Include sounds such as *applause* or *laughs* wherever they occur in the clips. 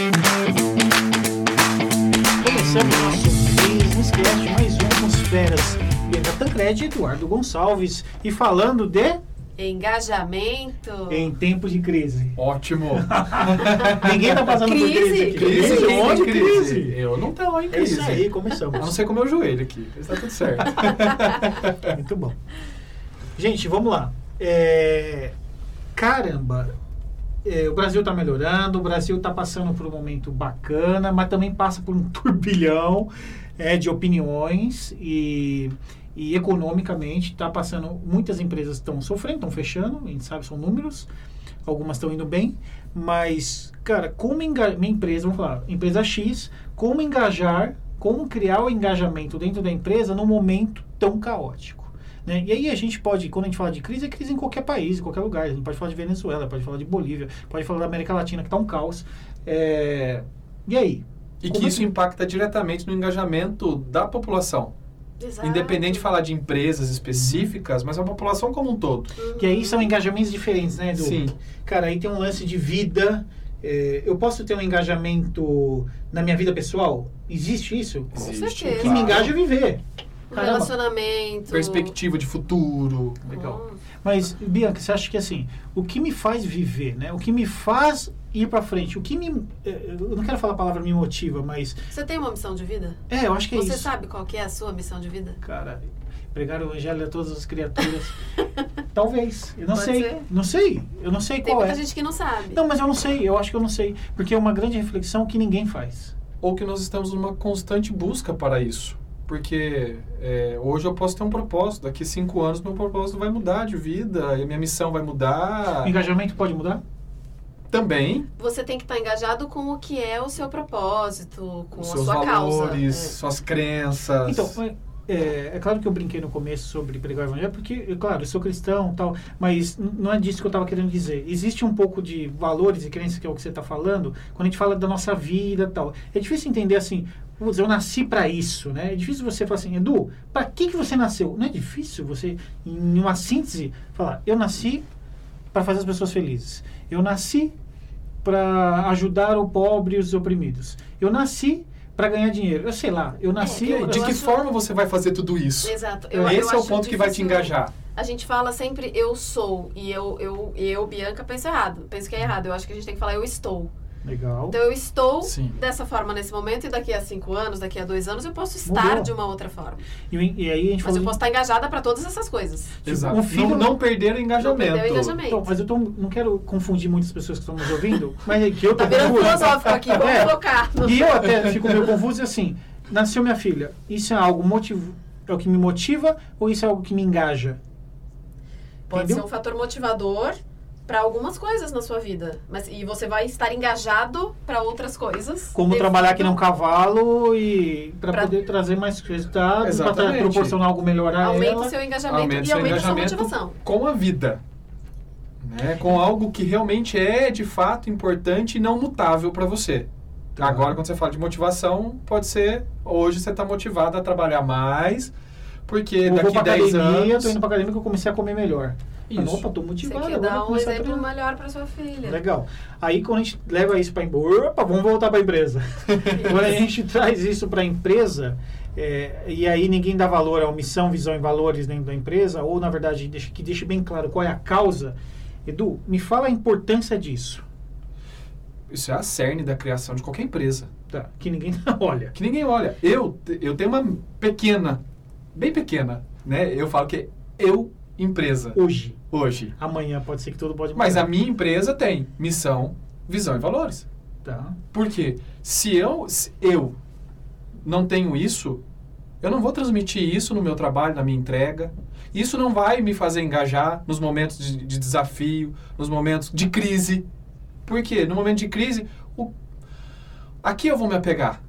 um tá Eduardo Gonçalves. E falando de Engajamento. Em Tempos de Crise. *laughs* Ótimo. Ninguém tá passando por crise aqui. Crise, Ah, Crise, crise, onde crise? Eu não tô em É crise. isso aí, A não começamos. ser com o meu joelho aqui. Mas tá tudo certo. é Muito bom. Gente, vamos lá. É, Caramba, é, o Brasil tá melhorando, o Brasil tá passando por um momento bacana, mas também passa por um *laughs* turbilhão é, de opiniões e, e economicamente tá passando. Muitas empresas estão sofrendo, estão fechando, a gente sabe, são números. Algumas estão indo bem, mas, cara, como enga- minha empresa, vamos falar, empresa X, como engajar, como criar o engajamento dentro da empresa num momento tão caótico? né? E aí a gente pode, quando a gente fala de crise, é crise em qualquer país, em qualquer lugar. A gente pode falar de Venezuela, pode falar de Bolívia, pode falar da América Latina, que está um caos. É, E aí? E Como assim? que isso impacta diretamente no engajamento da população. Exato. Independente de falar de empresas específicas, mas a população como um todo. Uhum. E aí são engajamentos diferentes, né, Edu? Sim. Cara, aí tem um lance de vida. É, eu posso ter um engajamento na minha vida pessoal? Existe isso? Com Existe, certeza. Que me engaja é viver. Um Caramba. relacionamento. Perspectiva de futuro. Legal. Hum. Mas, Bianca, você acha que assim, o que me faz viver, né? O que me faz ir pra frente? O que me. eh, Eu não quero falar a palavra me motiva, mas. Você tem uma missão de vida? É, eu acho que é Você isso. sabe qual que é a sua missão de vida? Cara, pregar o evangelho a todas as *laughs* criaturas. Talvez. Eu não Pode sei. ser? Não sei. Eu não sei Tem qual muita é. gente que não sabe. Não, mas eu não sei. Eu acho que eu não sei. Porque é uma grande reflexão que ninguém faz. Ou que nós estamos numa constante busca para isso. Porque é, hoje eu posso ter um propósito, daqui cinco anos meu propósito vai mudar de vida, e a minha missão vai mudar O engajamento pode mudar? também. Você tem que estar engajado com o que é o seu propósito, com os a seus sua valores, causa. é. suas crenças. Então, é, é claro que eu brinquei no começo sobre pregar o evangelho, porque, é claro, eu sou cristão e tal, mas n- não é disso que eu estava querendo dizer. Existe um pouco de valores e crenças, que é o que você está falando, quando a gente fala da nossa vida e tal. É difícil entender assim, putz, eu nasci para isso, né? É difícil você falar assim, Edu, para que, que você nasceu? Não é difícil você, em uma síntese, falar, eu nasci para fazer as pessoas felizes. Eu nasci para ajudar o pobre e os oprimidos. Eu nasci para ganhar dinheiro. Eu sei lá, eu nasci... E aí, eu- de eu que acho- forma você vai fazer tudo isso? Exato. Esse é o acho ponto que vai te difícil- engajar. Tipo, A gente fala sempre eu sou e eu, eu, eu, Bianca, penso errado. Penso que é errado. Eu acho que a gente tem que falar eu estou. Legal. Então eu estou Sim. dessa forma nesse momento e daqui a cinco anos, daqui a dois anos, eu posso estar Mudou. de uma outra forma. E, e aí a gente Mas falou. eu posso estar engajada para todas essas coisas. tipo, Exato. um filho- não, não perder o Não engajamento. perdeu o engajamento. Então, mas eu tô- não quero confundir muitas pessoas que estão nos ouvindo, *laughs* mas é que eu Tá tô virando confuso. filosófico aqui, vamos É. colocar. no- E eu até fico meio confuso e assim, nasceu minha filha, isso é algo motivo, é o que me motiva ou isso é algo que me engaja? Pode Entendeu? ser um fator motivador para algumas coisas na sua vida. Mas, e você vai estar engajado para outras coisas. Como devido- trabalhar aqui num cavalo e para Pra- poder trazer mais resultados, para Exatamente. proporcionar algo melhor a Aumenta ela. o seu engajamento Aumenta e seu aumenta engajamento. a sua motivação. Com a vida. Né? Com algo que realmente é de fato importante e não mutável para você. Tá. Agora, quando você fala de motivação, pode ser hoje você está motivado a trabalhar mais, porque Eu vou daqui pra 10 academia, eu anos. tô indo pra academia que eu comecei a comer melhor. Isso. Mas, opa, tô Você motivado. quer agora dar vou um começar Né? a exemplo treinar. melhor para sua filha. Legal. Aí quando a gente leva isso para empresa, opa, vamos voltar para a empresa. quando a gente traz isso para a empresa, é, e aí ninguém dá valor à missão, visão e valores dentro da empresa, ou na verdade deixa, que deixe bem claro qual é a causa. Edu, me fala a importância disso. Isso é a cerne da criação de qualquer empresa. Tá, que ninguém *laughs* olha. que ninguém olha. Eu, eu tenho uma pequena, bem pequena, né? Eu falo que é eu empresa Hoje, hoje. amanhã, pode ser que tudo pode Mas a mudar. minha empresa tem missão, visão e valores. Tá. Porque se eu, se eu não tenho isso, eu não vou transmitir isso no meu trabalho, na minha entrega. Isso não vai me fazer engajar nos momentos de, de desafio, nos momentos de crise. Porque no momento de crise, o, a que eu vou me apegar?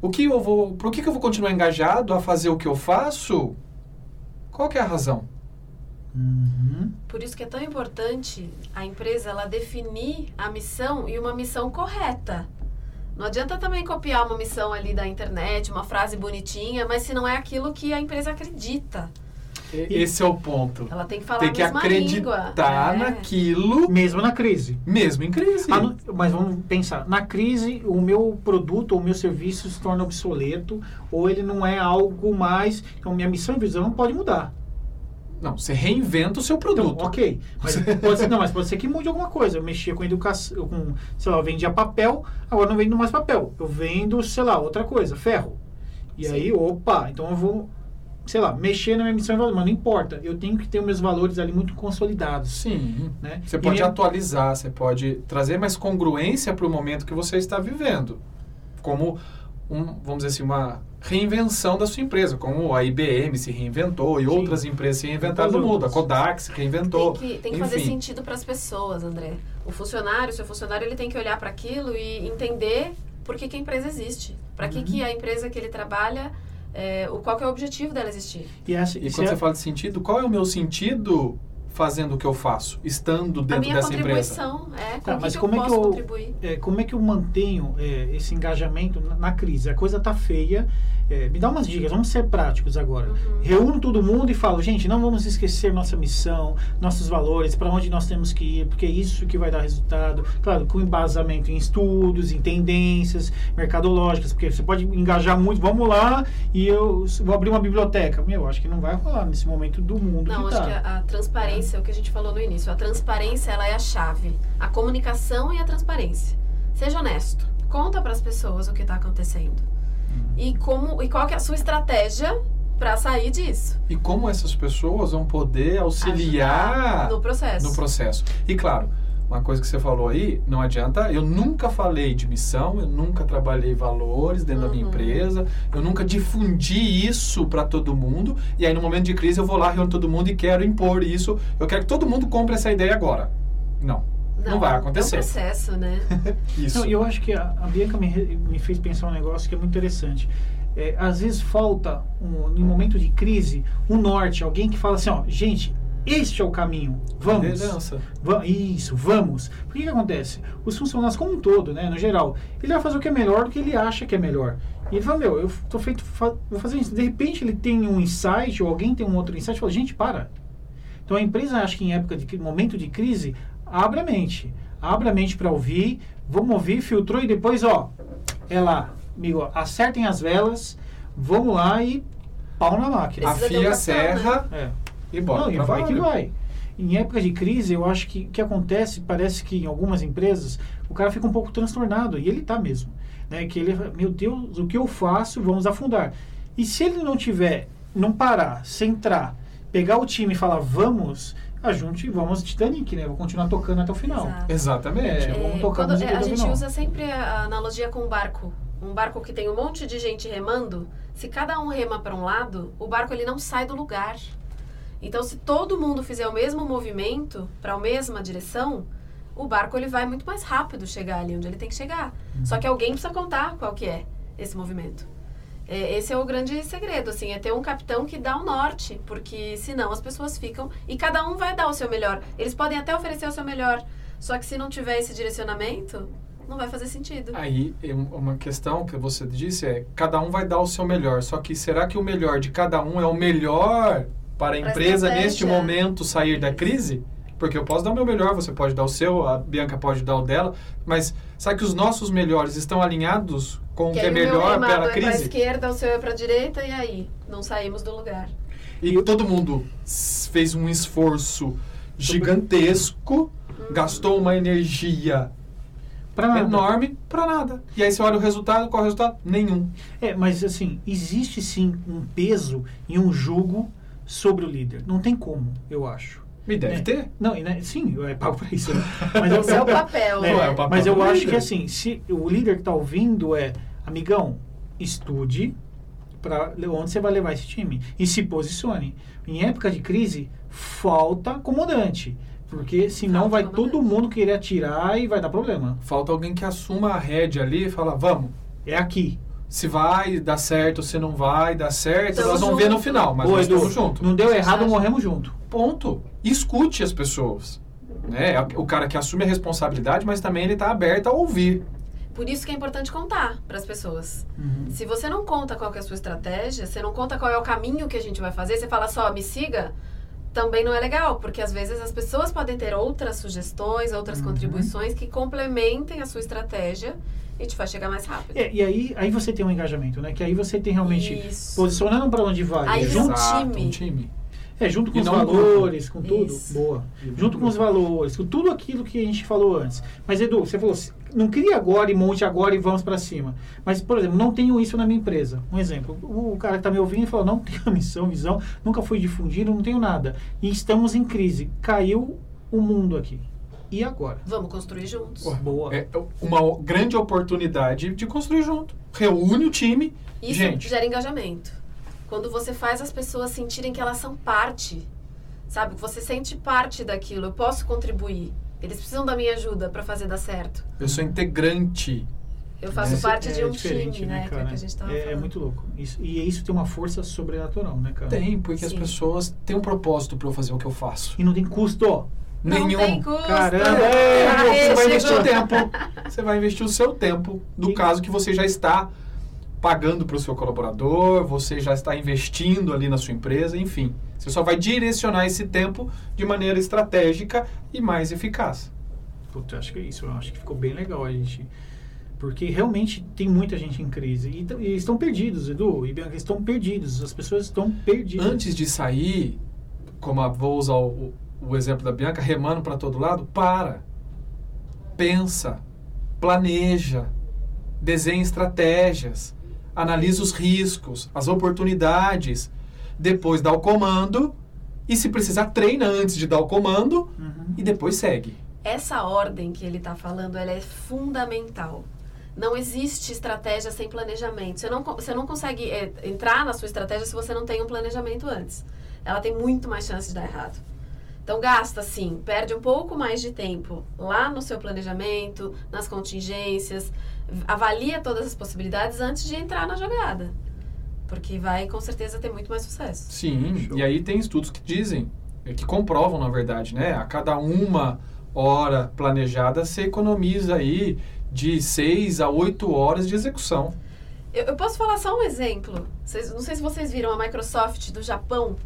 O que eu vou, por que, que eu vou continuar engajado a fazer o que eu faço? Qual que é a razão? Uhum. Por isso que é tão importante a empresa ela definir a missão e uma missão correta. Não adianta também copiar uma missão ali da internet, uma frase bonitinha, mas se não é aquilo que a empresa acredita. E- Esse é o ponto. Ela tem que falar Tem a que mesma língua. acreditar É. naquilo, Mesmo na crise. mesmo em crise. Ah, não- mas vamos pensar, na crise o meu produto ou o meu serviço se torna obsoleto ou ele não é algo mais, então minha missão e visão pode mudar. Não, você reinventa o seu produto. Então, ok. Mas pode, ser, não, mas pode ser que mude alguma coisa. Eu mexia com educação, com, sei lá, eu vendia papel, agora não vendo mais papel. Eu vendo, sei lá, outra coisa, ferro. E Sim. aí, opa, então eu vou, sei lá, mexer na minha missão e valor. Mas não importa, eu tenho que ter meus valores ali muito consolidados. Sim. é Né? Você E pode minha- atualizar, você pode trazer mais congruência para o momento que você está vivendo. Como, um, vamos dizer assim, uma reinvenção da sua empresa. Como a IBM se reinventou e Sim. outras empresas se reinventaram Muitas no mundo. A outras. Kodak se Tem reinventou. que, tem que fazer Enfim. sentido para as pessoas, André. O funcionário, o seu funcionário, ele tem que olhar para aquilo e entender por que, que a empresa existe. Para que, Uhum. que a empresa que ele trabalha, é, o, qual que é o objetivo dela existir. E, essa, E isso quando é- você fala de sentido, qual é o meu sentido fazendo o que eu faço? Estando a dentro minha dessa empresa? contribuição é com Tá, o que, mas que como eu é que posso eu- contribuir. é, como é que eu mantenho é, esse engajamento na, na crise? A coisa tá feia. É, me dá umas dicas, vamos ser práticos agora. Uhum. Reúno todo mundo e falo, gente, não vamos esquecer nossa missão, nossos valores, para onde nós temos que ir, porque é isso que vai dar resultado. Claro, com embasamento em estudos, em tendências mercadológicas, porque você pode engajar muito, vamos lá, e eu s- vou abrir uma biblioteca. Meu, acho que não vai rolar nesse momento do mundo Não, que acho tá. que a, a transparência, é o que a gente falou no início, a transparência ela é a chave. A comunicação e a transparência. Seja honesto. Conta para as pessoas o que está acontecendo. Uhum. E como e qual que é a sua estratégia para sair disso? E como essas pessoas vão poder auxiliar Ajudar no processo. Ah, no processo. E claro, uma coisa que você falou aí, não adianta, eu nunca falei de missão, eu nunca trabalhei valores dentro da minha Uhum. empresa, eu nunca difundi isso para todo mundo, e aí no momento de crise eu vou lá, reúno todo mundo e quero impor isso, eu quero que todo mundo compre essa ideia agora. Não, não vai acontecer. É um processo, *laughs* né? isso. Não, e eu acho que a, a Bianca me, re- me fez pensar um negócio que é muito interessante. É, às vezes falta, um, no momento de crise, um norte, alguém que fala assim, ó, gente, este é o caminho, vamos. Liderança. Va- isso, vamos. Porque que acontece? Os funcionários como um todo, né, no geral, ele vai fazer o que é melhor do que ele acha que é melhor. E ele fala, meu, eu tô feito, fa- vou fazer isso. De repente ele tem um insight, ou alguém tem um outro insight, e fala, gente, para. Então a empresa acha que em época de cri- momento de crise, abre a mente. Abre a mente para ouvir, vamos ouvir, filtrou e depois, ó, é lá, amigo, ó, acertem as velas, vamos lá e pau na máquina. Precisa ter Afia a uma ação, né? serra É. e bora. né? Não, e pra vai que vaga. vai. Em época de crise, eu acho que o que acontece, parece que em algumas empresas, o cara fica um pouco transtornado, e ele tá mesmo. Né? Que ele, fala, meu Deus, o que eu faço? Vamos afundar. E se ele não tiver, não parar, centrar, pegar o time e falar, vamos, a gente, vamos Titanic, né? Vou continuar tocando até o final. Exato. Exatamente. É. Vamos É, tocar a quando- música é, a do gente final. usa sempre a analogia com um barco. Um barco que tem um monte de gente remando, se cada um rema para um lado, o barco ele não sai do lugar. Então, se todo mundo fizer o mesmo movimento para a mesma direção, o barco ele vai muito mais rápido chegar ali onde ele tem que chegar. Só que alguém precisa contar qual que é esse movimento. É, esse é o grande segredo, assim, é ter um capitão que dá o norte, porque senão as pessoas ficam e cada um vai dar o seu melhor. Eles podem até oferecer o seu melhor, só que se não tiver esse direcionamento, não vai fazer sentido. Aí, é um- uma questão que você disse é: cada um vai dar o seu melhor, só que será que o melhor de cada um é o melhor para a Pra empresa estratégia. neste momento sair da crise? Porque eu posso dar o meu melhor, você pode dar o seu, a Bianca pode dar o dela, mas será que os nossos melhores estão alinhados com o que aí é o meu melhor remado para a é para crise? esquerda, o seu é para direita e aí não saímos do lugar. E todo mundo s- fez um esforço gigantesco, Uhum. gastou uma energia Pra nada. enorme para nada. E aí você olha o resultado, qual é o resultado? Nenhum. É, mas assim, existe sim um peso e um jugo sobre o líder. Não tem como, eu acho. Me deve É. ter. Não, e, né, sim, eu é pago pra *laughs* isso. né? Mas eu, Esse é o papel. É, Não é né? o papel mas eu do acho líder. que assim, se o líder que está ouvindo é, amigão, estude para onde você vai levar esse time e se posicione. Em época de crise, falta comandante, porque senão Falta vai comandante. todo mundo querer atirar e vai dar problema. Falta alguém que assuma a rédea ali e fala, vamos, É aqui. se vai dar certo, se não vai dar certo, Tamo nós vamos ver no junto. final, mas Ô, nós Edu, estamos juntos. Não deu errado, acha? morremos junto. Ponto. Escute as pessoas. Né? O cara que assume a responsabilidade, mas também ele está aberto a ouvir. Por isso que é importante contar para as pessoas. Se você não conta qual que é a sua estratégia, você não conta qual é o caminho que a gente vai fazer, você fala só, me siga, também não é legal, porque às vezes as pessoas podem ter outras sugestões, outras Uhum. contribuições que complementem a sua estratégia e te faz chegar mais rápido. É, e aí, aí você tem um engajamento, né? Que aí você tem realmente Isso. posicionando para onde vai. Aí junto, time. Um time. É, junto com E os não um valores, com tudo. Isso. Boa. Junto com os valores, com tudo aquilo que a gente falou antes. Mas, Edu, você falou, assim, não cria agora e monte agora e vamos pra cima. Mas, por exemplo, não tenho isso na minha empresa. Um exemplo, o cara que tá me ouvindo e falou, não tenho missão, visão, nunca fui difundido, não tenho nada. E estamos em crise. Caiu o mundo aqui. E agora? Vamos construir juntos. Porra, Boa. É uma o- grande oportunidade de construir junto. Reúne o time. Isso Gente. gera engajamento. Quando você faz as pessoas sentirem que elas são parte, sabe? Que Você sente parte daquilo, eu posso contribuir. Eles precisam da minha ajuda para fazer dar certo. Eu sou integrante. Eu faço Isso parte de é um diferente, time, né? Que é o que a gente tava é, é falando. muito louco. Isso, e isso tem uma força sobrenatural, né, cara? Tem, porque as Sim. pessoas têm um propósito para eu fazer o que eu faço. E não tem custo. Não Nenhum. tem custo. Caramba. É, Ah, você vai chegou. investir o tempo. Você vai investir o seu tempo do E- caso que você já está pagando para o seu colaborador, você já está investindo ali na sua empresa, enfim. Você só vai direcionar esse tempo de maneira estratégica e mais eficaz. Puta, acho que é isso. Eu acho que ficou bem legal a gente. Porque realmente tem muita gente em crise. E, t- e estão perdidos, Edu. E Bianca, estão perdidos. As pessoas estão perdidas. Antes de sair, como a, vou usar o, o exemplo da Bianca, remando para todo lado, para. Pensa, planeja, desenha estratégias, analisa os riscos, as oportunidades, depois dá o comando e, se precisar, treina antes de dar o comando Uhum. e depois segue. Essa ordem que ele está falando, ela é fundamental. Não existe estratégia sem planejamento. Você não, co- você não consegue é, entrar na sua estratégia se você não tem um planejamento antes. Ela tem muito mais chance de dar errado. Então gasta sim, perde um pouco mais de tempo lá no seu planejamento, nas contingências, v- avalia todas as possibilidades antes de entrar na jogada. Porque vai com certeza ter muito mais sucesso. Sim, Show. e aí tem estudos que dizem, eh, que comprovam, na verdade, né? A cada uma hora planejada, você economiza aí de seis a oito horas de execução. Eu, eu posso falar só um exemplo. Vocês- não sei se vocês viram a Microsoft do Japão,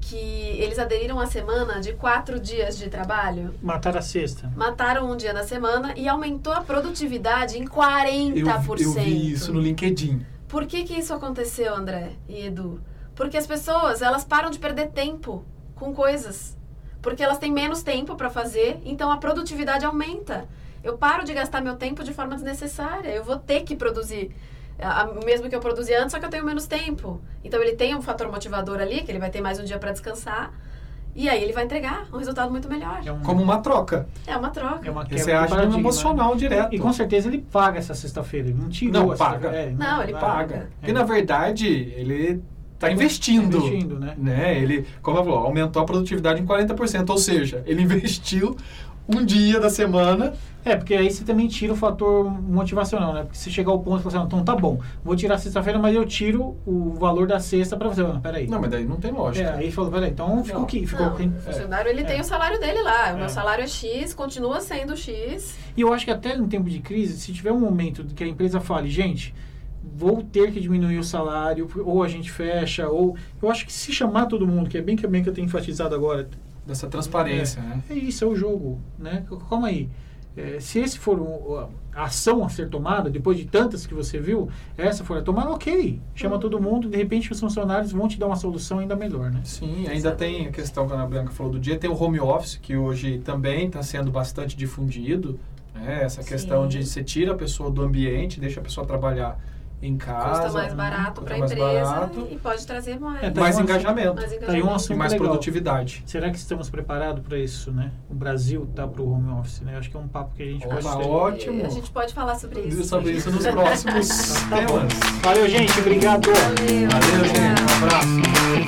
que eles aderiram à semana de quatro dias de trabalho, Matar a sexta. mataram um dia na semana e aumentou a produtividade em 40%. Eu, eu vi isso no LinkedIn. Por que, que isso aconteceu, André e Edu? Porque as pessoas, elas param de perder tempo com coisas. Porque elas têm menos tempo para fazer, então a produtividade aumenta. Eu paro de gastar meu tempo de forma desnecessária. Eu vou ter que produzir a- a- o mesmo que eu produzia antes, só que eu tenho menos tempo. Então ele tem um fator motivador ali, que ele vai ter mais um dia para descansar. E aí ele vai entregar um resultado muito melhor. É um- Como uma troca. É uma troca. é uma quebra Você de age no paradigma. né? emocional E direto. com certeza ele paga essa sexta-feira. Ele não tirou Não, a paga. sexta-feira. É, Não, ele Paga. É. Porque, na verdade, ele está investindo. Investindo, né? Né? Ele, como eu falou, aumentou a produtividade em 40%. Ou seja, ele *laughs* investiu um dia da semana. É, porque aí você também tira o fator motivacional, né? Porque se chegar ao ponto e falar assim, "Ah, então tá bom, vou tirar a sexta-feira, mas eu tiro o valor da sexta pra você. Não, peraí. Não, mas daí não tem é, lógica. aí falou, peraí, então ficou Não. aqui, ficou Não, aqui. o funcionário, ele É. tem o salário dele lá. É. O meu salário é X, continua sendo X. E eu acho que até no tempo de crise, se tiver um momento que a empresa fale, gente, vou ter que diminuir o salário, ou a gente fecha, ou. Eu acho que se chamar todo mundo, que é bem que é bem que eu tenho enfatizado agora, Dessa transparência, né? é isso, é o jogo, né? C- Calma aí. É, se esse for o- a ação a ser tomada, depois de tantas que você viu, essa for a tomada, ok. Chama todo mundo, de repente os funcionários vão te dar uma solução ainda melhor, né? Sim, ainda tem a questão que a Ana Blanca falou do dia, tem o home office, que hoje também está sendo bastante difundido, né? Essa Sim. questão de você tira a pessoa do ambiente, deixa a pessoa trabalhar em casa. custa mais barato custa para a mais empresa barato. e pode trazer mais. É, tá mais um assunto- engajamento mais Tá aí um engajamento. assunto e mais legal. produtividade. Será que estamos preparados para isso, né? O Brasil tá para o home office, né? Acho que é um papo que a gente Opa, pode ter. ótimo. E A gente pode falar sobre isso. Sobre *laughs* isso nos próximos Tá bom. temas. Valeu, gente. Obrigado. Valeu, Valeu, gente. Um abraço.